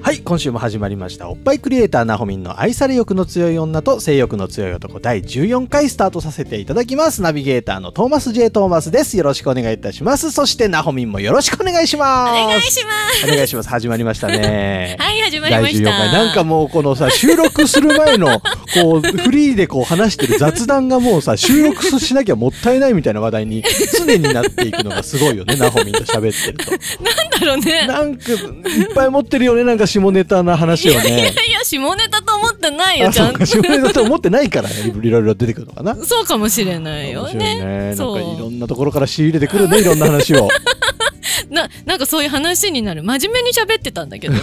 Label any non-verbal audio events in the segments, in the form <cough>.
はい今週も始まりましたおっぱいクリエイターなほみんの愛され欲の強い女と性欲の強い男第14回スタートさせていただきますナビゲーターのトーマス J トーマスですよろしくお願いいたしますそしてなほみんもよろしくお願いしますお願いします。お願いします始まりましたねはい、始まり第まし14た。回なんかもうこのさ収録する前のこうフリーでこう話してる雑談がもうさ収録しなきゃもったいないみたいな話題に常になっていくのがすごいよねなほみんと喋ってるとなんだろうね。 <laughs> なんかいっぱい持ってるよねなんか下ネタな話をねいやいや、下ネタと思ってないよ、あちゃそうんとか。下ネタと思ってないからねいろいろ出てくるのかなそうかもしれないよ面白いね。ねなんそうかいろんなところから仕入れてくる <laughs> ねいろんな話をな、なんかそういう話になる。真面目に喋ってたん <laughs> だけどね。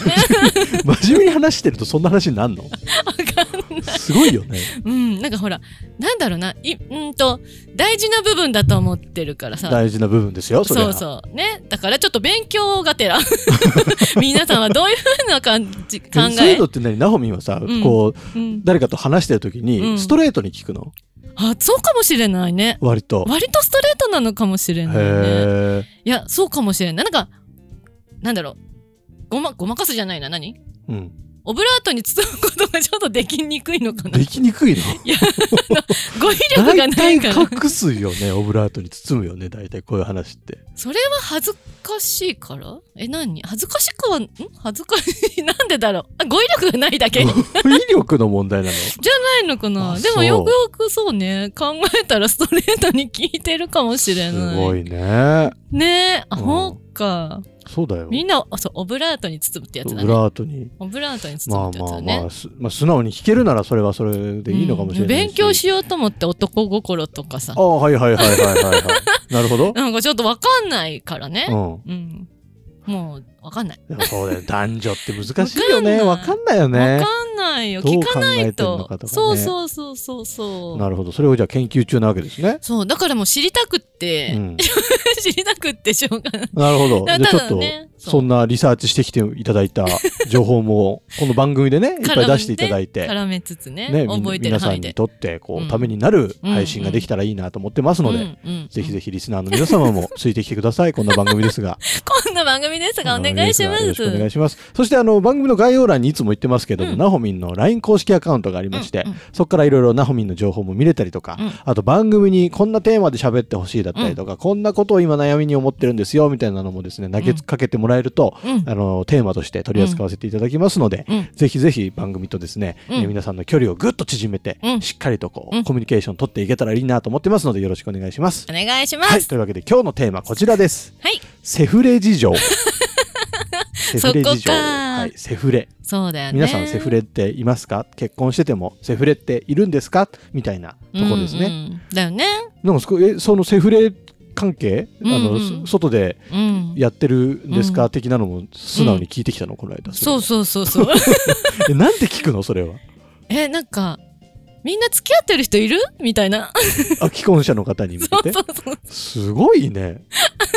真面目に話してるとそんな話になんのすごいよねうん、なんかほら、なんだろうな、い、うんと、大事な部分だと思ってるからさ。大事な部分ですよそれそはうそう。ね。だからちょっと勉強 <laughs> がてら。皆さんはどういうふうな感じ、考えそういえうのって何ナホミンはさ、うんこううん。誰かと話してる時に、うんストレートに聞くのあ、そうかもしれないね。割と。割とストレートなのかもしれへないね。ーいや、そうかもしれない。なんか、なんだろう。ごま、ごまかすじゃないな。何うん、オブラートに包むことがちょっとできにくいのかなで。きにくいの語彙力が大な体いから。隠すよねオブラートに包むよね大体こういう話ってそれは恥ずかしいからえ、何恥ずかしくは、ん恥ずかしい。 <laughs> なんでだろう。あ、語彙力がないだけ。語な彙力の問題なのいのかなあでそもうよくよくそうね。考えたらストレートに聞いてるかもしれない。すごいねねえ、あ、うんほっか。そうだよみんな、あ、そう、オブラートに包むってやオつだブね。ラートにオブラートに包まむあってやつまだあね。まあ、すまあ、素直に弾けるならそれはそれでいいのかもしれないし、うん勉強しようと思って男心とかさああはいはいはいはいはい、 <laughs> はい、なるほど、なんかちょっとわかんないからうねん、うん、もうわかんないでもそうだよ男女って難しいよねわわかかんないよわ、ねかんないよどう聞かない考えてんのとかとかねそうそうそうそうそなうるほどそれをじゃあ研究中なわけですね、そうだからもう知りたくっうて、ん、 <laughs> 知りたくってしょうがないなるほどじゃだあからちょっとねそうそんなリサーチしてきていただいた情報もこの番組でねいっぱい出していただいて絡めつつねね、みん覚えてる皆さ範ん囲にでとってこう、うんためになる配信ができたらいいなと思ってますので、うんうんぜひぜひリスナーの皆様もついてきてください。こんな番組です <laughs> が。こんな番組ですがお願いしまよろしすくお願いします。そしてあの番組の概要欄にいつも言ってますけども、うんナホミンの LINE 公式アカウントがありまして、うんうんそこからいろいろナホミンの情報も見れたりとか、うんあと番組にこんなテーマで喋ってほしいだったりとか、こんなことを今悩みに思ってるんですよみたいなのもですね、投げかけてもらえると、うんあのテーマとして取り扱わせていただきますので、うんぜひぜひ番組とですね、うんえー皆さんの距離をぐっと縮めて、うんしっかりとこう、うんコミュニケーション取っていけたらいいなと思ってますのでよろしくお願いします。お願いしまはい、すというわけで今日のテーマこちらです。はいセフレ事情。 <laughs> セそこかはい、セフレ。そうだよね皆さんセフレっていますか結婚しててもセフレっているんですかみたいなところですね。うんうんだよねなんかすごいえそのセフレ関係、あうんのうんそ外でうんやってるんですか、う的なのも素直に聞いてきたの、この間。そうそそうそう <laughs> それうえなんで聞くのそれは。えなんかみんな付き合ってる人いるみたいなあ既婚者の方に向そうけて。そうそうすごいね。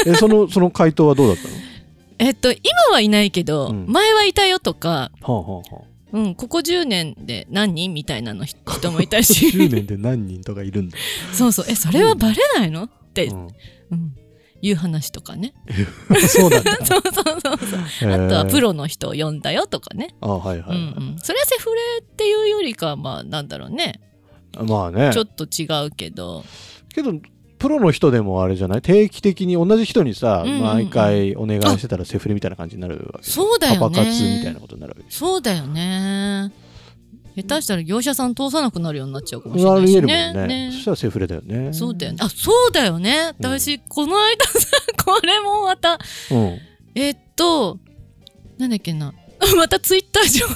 えそのその回答はどうだったの？ <laughs> えっと今はいないけど、うん前はいたよとか、はあ、はあはあ、 <laughs> うん、ここ10年で何人みたいなの人人もいたし10年で何人とかいるんだ。 <laughs> そうそうえそれはバレないのって、ううんんいう話とかねそうなんだ。 <laughs> そうそうそうそうあとはプロの人を呼んだよとかね、あはいはい、うんうん、それはセフレっていうよりかはまあなんだろうねまあねちょっと違うけどけどプロの人でもあれじゃない定期的に同じ人にさ、うんうんうん毎回お願いしてたらセフレみたいな感じになるわけでそうだよねパパ活みたいなことになるわけでしょそうだよね。下手したら業者さん通さなくなるようになっちゃうかもしれあなりいしえね。るもんねねそしたらセフレだよねそうだよね。あ、そうだよね。うん私、この間さ、これもまた、うんえっと、なんだっけな。 <laughs> またツイッター上、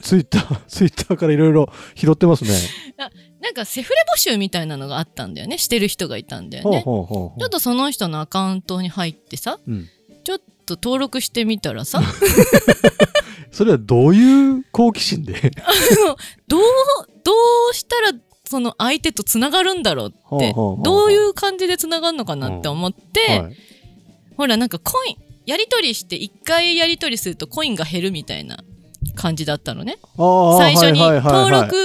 ツイッター <laughs> ツイッターからいろいろ拾ってますねなんかセフレ募集みたいなのがあったんだよね。してる人がいたんだよほうね。ほうほうほちょっとその人のアカウントに入ってさ、ううんちょっとと登録してみた <laughs> らさそれはどういう好奇心でどうどうしたらその相手とつながるんだろうってほうほうほうほうどういう感じでつながるのかなって思って、はいほらなんかコインやり取りして1回やり取りするとコインが減るみたいな感じだったのねあー最初にはいはいはい登はい録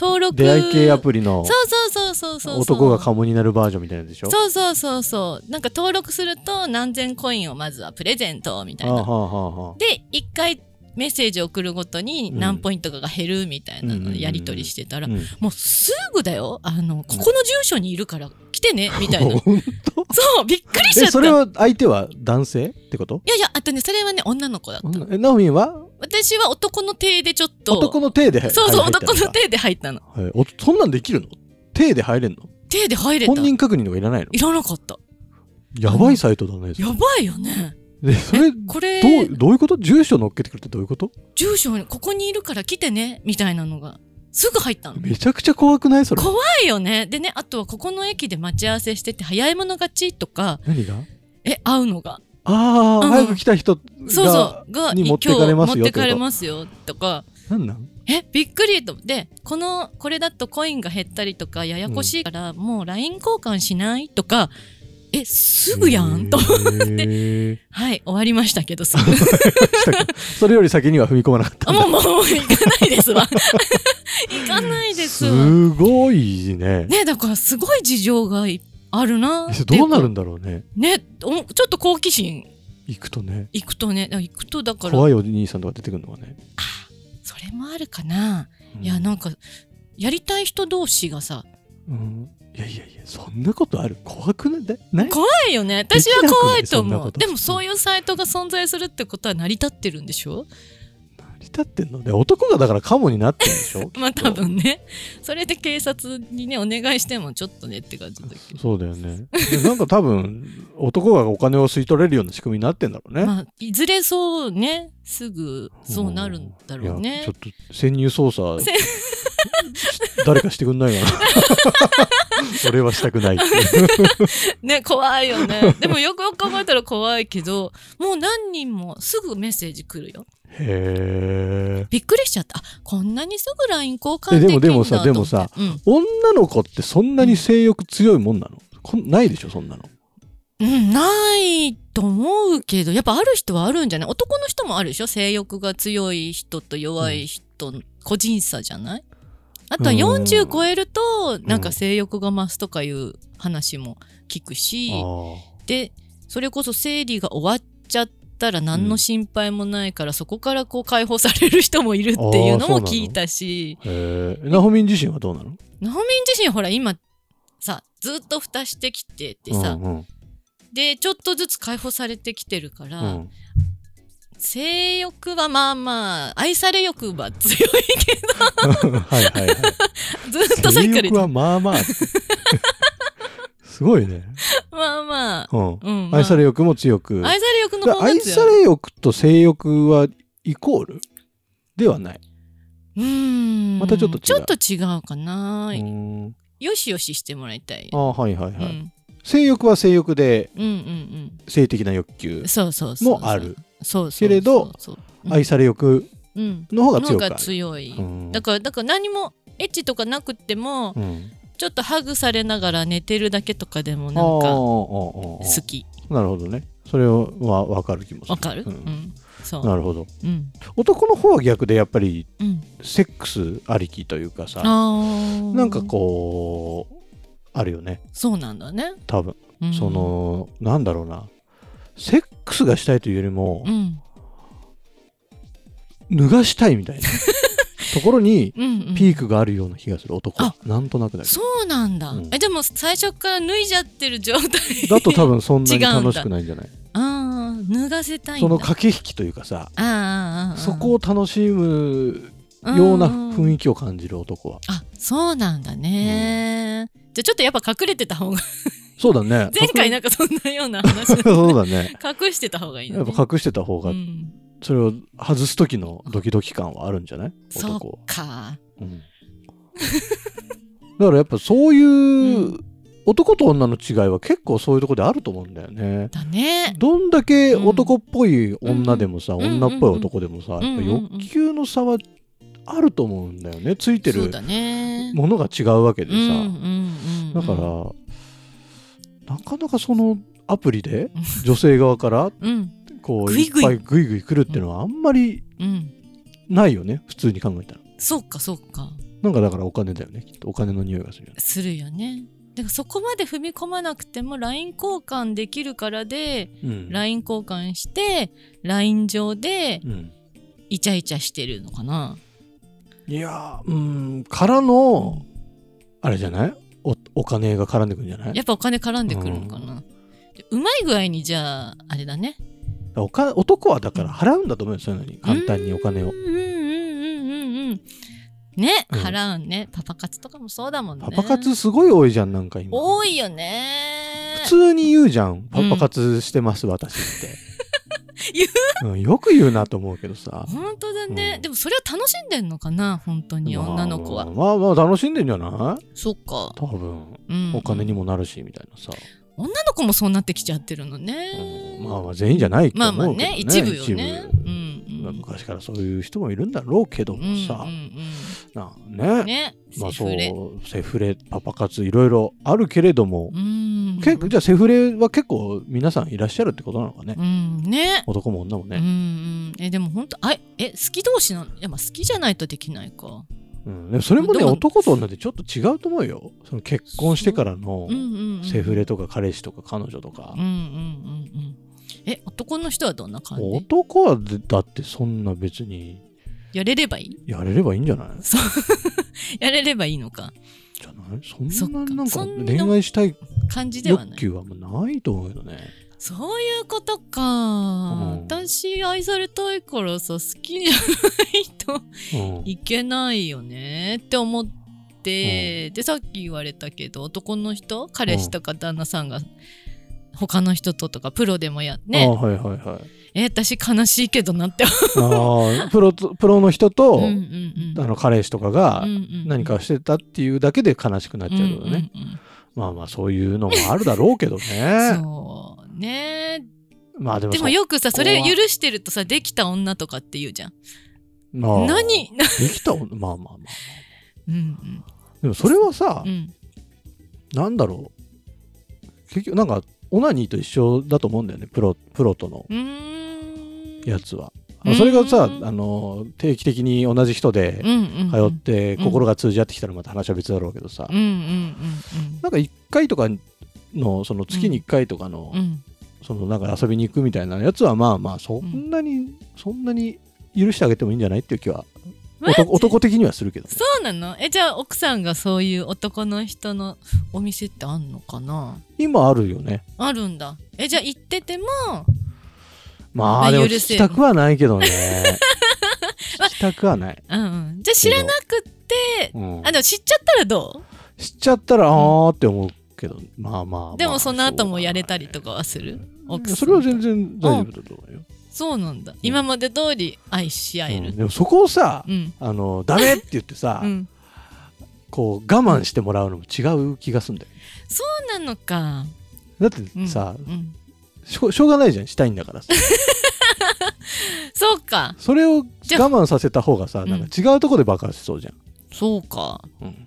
登録出会い系アプリのそうそうそうそうそうそう男がカモになるバージョンみたいなんでしょそうそうそうそうなんか登録すると何千コインをまずはプレゼントみたいあーなはあはあはあで一回メッセージを送るごとにうん何ポイントかが減るみたいなのでやり取りしてたら、うんもうすぐだよあのここの住所にいるから来てねみたいな本当そうびっくりしちえゃったそいれは相手は男性ってことやいやあとねそれはね女の子だったえナオミンは私は男の手でちょっと男の手で入そうそう入ったんだ男の手で入ったのはいおそんなんできるの手で入れんの手で入れた本人確認とかいらないのいらなかったやばいサイトだねそれやばいよねでそれえこれどうどういうこと住所乗っけてくるってどういうこと住所にここにいるから来てねみたいなのがすぐ入ったのめちゃくちゃ怖くないそれ怖いよねでねあとはここの駅で待ち合わせしてて早い者勝ちとか何がえ会うのがああ、うん早く来た人がそうそうがに持って今日かれますよ持ってかれますよとかなんなんえびっくりとでこのこれだとコインが減ったりとかややこしいから、もう LINE 交換しないとかえすぐやんとてはい終わりましたけど <laughs> すぐそれより先には踏み込まなかったあんだもうもうもう行かないで <laughs> すわ行かないですわすごいねねだからすごい事情がいあるなっていえうかどうなるんだろうねねおちょっと好奇心行くとね行くとねだから行くとだから怖いお兄さんとか出てくるのがねそれもあるかな、うんいやなんかやりたい人同士がさうんいやいやいやそんなことある怖くないない怖いよね私は怖いとできなくないそんな思こうとでもそういうサイトが存在するってことは成り立ってるんでしょ成り立ってんので男がだからカモになってるんでしょ <laughs> まあ多分ねそれで警察にねお願いしてもちょっとねって感じだけど <laughs> そうだよねでなんか多分男がお金を吸い取れるような仕組みになってんだろうね、まあいずれそうねすぐそうなるんだろういやねちょっと潜入捜査誰かしてくんないかな <laughs> 俺はしたくないっていう <laughs> ね怖い <laughs> よねでもよくよく考えたら怖いけどもう何人もすぐメッセージ来るよへえびっくりしちゃったあこんなにすぐ LINE 交え換でできもるんだでもさとで思もってさうん女の子ってそんなに性欲強いもんなのこんないでしょそんなのうん、ないと思うけど、やっぱある人はあるんじゃない男の人もあるでしょ性欲が強い人と弱い人、の個人差じゃないあとはうん40超えると、なんか性欲が増すとかいう話も聞くし、あで、それこそ生理が終わっちゃったら何の心配もないから、そこからこう解放される人もいるっていうのもあーそうなの聞いたし、ーへえナホミン自身はどうなのナホミン自身ほら今さ、ずっと蓋してきててさ、うんうんで、ちょっとずつ解放されてきてるから、うん性欲はまあまあ愛され欲は強い <laughs> けはいはい <laughs> はいどずっとさ性っきから言っ欲てはまあまあすごいね、 <laughs> まあまあ、うんうんまあ、愛され欲も強く愛され欲のだ方からが強い愛され欲と性欲はイコールではない。うーんまたちょっと違うちょっと違うかな、うーんよしよししてもらいたい、ああはいはいはい、うん、性欲は性欲でうんうん性的な欲求うんそうそうそうそうもある。そうそうそうけれどそううん愛され欲うんの方がの強くあがる。強い、うんだからだから何もエッチとかなくっても、うんちょっとハグされながら寝てるだけとかでもああああああなんか好あきあなるほどね。それは分かる気もする。わかる、ううんんそなるほど。う、うん男の方は逆でやっぱりうん、セックスありきというかさあなんかこうあるよねうそうなんだね、多分、うんそのなんだろうなセックスがしたいというよりも、うん脱がしたいみ <laughs> たいなところにうんうんピークがあるような気がする男はあなんとなくだけどそうなんだ、うんえでも最初から脱いじゃってる状態 <laughs> だと多分そんなに違うんだ楽しくないんじゃないああ脱がせたいんそだの駆け引きというかさああああああそこを楽しむような雰囲気囲気を感じる男はあそうなんだね、じゃあちょっとやっぱ隠れてた方 <laughs> がそうだね前回なんかそんなような話だ <laughs> そうだね隠してた方がいいやの、っね、ぱ隠してた方がうん、それを外す時のドキドキ感はあるんじゃないそ男は <laughs> うかうんだからやっぱそういう男と女の違いは結構そういうとこであると思うんだよね。だね。どんだけ男っぽい女でもさ、ん女っぽい男でもさ、うんやっぱ欲求の差はあると思うんだよねついてそうるだね。ものが違うわけでさ、うんうんうん、だからなかなかそのアプリ <laughs> で女性側からら、うんこうぐいいっぐいぱいグイグイ来るっていうのはあんまりうん、ないよね普通に考えたらそうかそうかなんかだからお金だよねきっとお金の匂いがするよねするよね。だからそこまで踏み込まなくても LINE 交換できるからで、うん、 LINE 交換して LINE 上でうんイチャイチャしてるのかな。いやーうんからのあれじゃないおお金が絡んでくるんじゃないやっぱお金絡んでくるのかな。でうまい具合にじゃああれだね。おか男はだから払うんだと思うよそういうのに簡単にお金をうんうんうんうんうんうん。ね、うん払うね。パパ活とかもそうだもんね。パパ活すごい多いじゃんなんか今多いよね。普通に言うじゃんパパ活してます、私って <laughs> 言う、ん、よく言うなと思うけどさ本当だね、うんでもそれは楽しんでんのかな本当に女の子は、まあまあまあ楽しんでんじゃないそっか、多分うん、お金にもなるしみたいなさ、女の子もそうなってきちゃってるのね、うんまあまあ全員じゃないとま思あうけまど、あねね一部よね一部うんまあうん昔からそういう人もいるんだろうけどうもんさ、うんなあうん、ねね、 <laughs> まあセそフレうセフレパパ活いろいろあるけれども、うん結構じゃあセフレは結構皆さんいらっしゃるってことなのかね、うんね男も女もうんね、うんえでも本当あえ好き同士なのいやまあ好きじゃないとできないかうんでもそれもねでも男と女でちょっと違うと思うよその結婚してからのうんうん、うん、セフレとか彼氏とか彼女とかうんうんうんうんえ男の人はどんな感じ男はだってそんな別にやれればいいやれればいいんじゃないそうやれればいいのかじゃないそんななんそかっかそんな恋愛したい感じでは欲ない求はもうないと思うけどねそういうことか、ん私愛されたいからさ好きじゃないとう <laughs> んいけないよねって思って、でさっき言われたけど男の人彼氏とか旦那さんが他の人ととかプロでもやあねはいはいはいえ私悲しいけどなって思あー <laughs> プロとプロの人と、ううんうんうんあの彼氏とかがうんうんうん何かしてたっていうだけで悲しくなっちゃうけどね、うんうんうんまあまあそういうのもあるだろうけどね。そうねまあでもでさもよくさそそこはれ許してるとさできた女とかって言うじゃんまあで何きたもんまあまあまあまあ。うんでもそれはさうんう、んなんだろう。結局なんかオナニーと一緒だと思うんだよねプロプロとのうーんやつは。うんあそれがさあうんの定期的に同じ人でうんうん通ってうん心が通じ合ってきたらまた話は別だろうけどさ、うんうんなんか1回とかのその月に1回とかの、うんうんうんそのなんか遊びに行くみたいなやつはまあまあそんなに、そんなに許してあげてもいいんじゃないっていう気はマジ男男的にはするけどねそうなのえじゃあ奥さんがそういう男の人のお店ってあんのかな今あるよねあるんだえじゃあ行っててもままああでも許せるしたくはないけどね <laughs> したくはない、うんうんじゃあ知らなくってうんあ、でも知っちゃったらどしちゃったらあーって思うけどまあまあまあうでもその後もやれたりとかはする奥さんそれは全然大丈夫だと思うよ、そうなんだ今まで通り愛し合えうんるでもそこをさ、うんあのダメって言ってさ、 <laughs> うんこう我慢してもらうのも違う気がするんだよねそうなのかだってうんさ、うんしょしょうがないじゃんしたいんだからさそうかそれを我じゃ慢させた方がさうんなんか違うとこで爆発しそうじゃん、そうかうん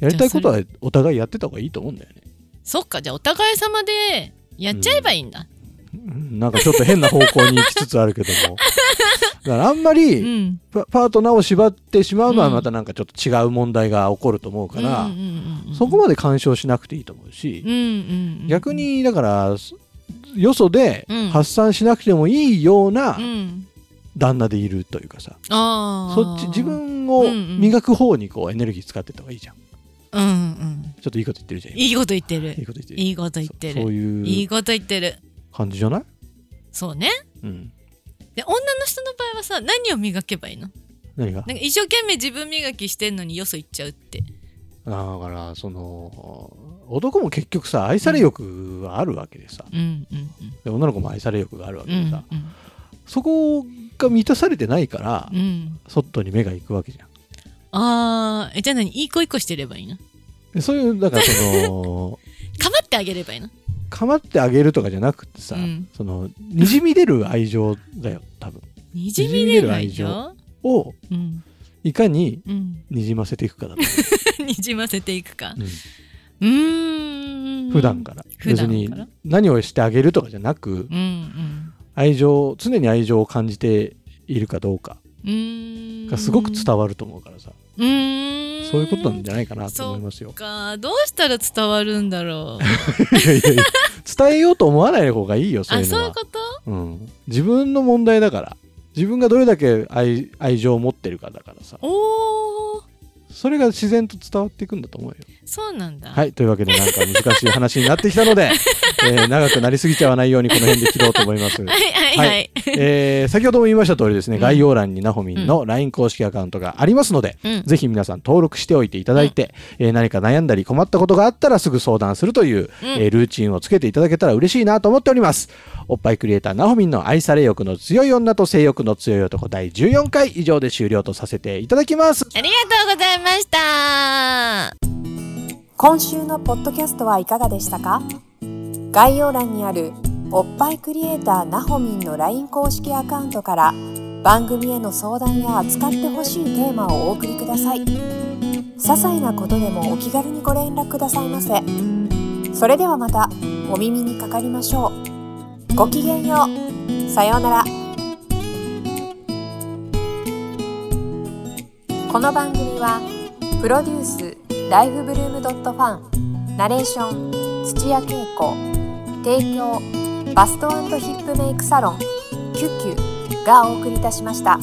やりたいことはお互いやってた方がいいと思うんだよねそっかじゃあお互い様でやっちゃえばいいんだうんなんかちょっと変な方向に行きつつあるけど <laughs> もだからあんまうりんパパートナーを縛ってしまうのはうんまたなんかちょっと違う問題が起こると思うから、うんうんうんうんそこまで干渉しなくていいと思うし、うんうんうん、逆、にだからそよそでうん発散しなくてもいいようなうん、旦那でいるというかさ、ああそっち自分を磨く方にこうエネルギー使ってった方がいいじゃんうんうんちょっといいこと言ってるじゃん今いいこと言ってるいいこと言ってるいいこと言ってそそうるいいいうこと言ってる感じじゃない、そうねうん、で女の人の場合はさ何を磨けばいいの何がなんか一生懸命自分磨きしてんのによそ行っちゃうってだからその男も結局さ愛され欲はあるわけでさ、うんうんで女の子も愛され欲があるわうけでんうんさ、そこが満たされてないから、うんうん外に目が行くわけじゃんあーえじゃあ何いい子いい子してればいいのでそういうだからその <laughs> 人かばってあげればいいの。構ってあげるとかじゃなくてさ、うんそのにじみ出る愛情だよ多分にじみ出る愛情。をうん。いかにうん。にじませていくかだと、 <laughs> にじませていくか。うんうーん。普段から普段か別らに何をしてあげるとかじゃなくうんうん。愛情常に愛情を感じているかどうかうーがん。すごく伝わると思うからさ、うーん。そういうことなんじゃないかなと思いますよ。 <laughs> かどうしたら伝わるんだろういやいやいや伝えようと思わない方がいいよそうあいうのそういうはことうん、自分の問題だから自分がどれだけ愛愛情を持ってるかだからさおおそれが自然と伝わっていくんだと思うよ。そうなんだはいというわけでなんか難しい話になってきたので、 <laughs> えー長くなりすぎちゃわないようにこの辺で切ろうと思います。はいはいはい、はえー先ほども言いました通りですね、うん概要欄になほみんの LINE 公式アカウントがありますので、うんぜひ皆さん登録しておいていただいて、えー何か悩んだり困ったことがあったらすぐ相談するという、うんえールーチンをつけていただけたら嬉しいなと思っております。おっぱいクリエイターなほみんの愛され欲の強い女と性欲の強い男第14回以上で終了とさせていただきます。ありがとうございました今週のポッドキャストはいかがでしたか概要欄にあるおっぱいクリエイターなほみんの LINE 公式アカウントから番組への相談や扱ってほしいテーマをお送りください些細なことでもお気軽にご連絡くださいませそれではまたお耳にかかりましょうごきげんようさようならこの番組は「プロデュースライフブルームドットファンナレーション土屋恵子提供バストヒップメイクサロン「キュッキュ」がお送りいたしました。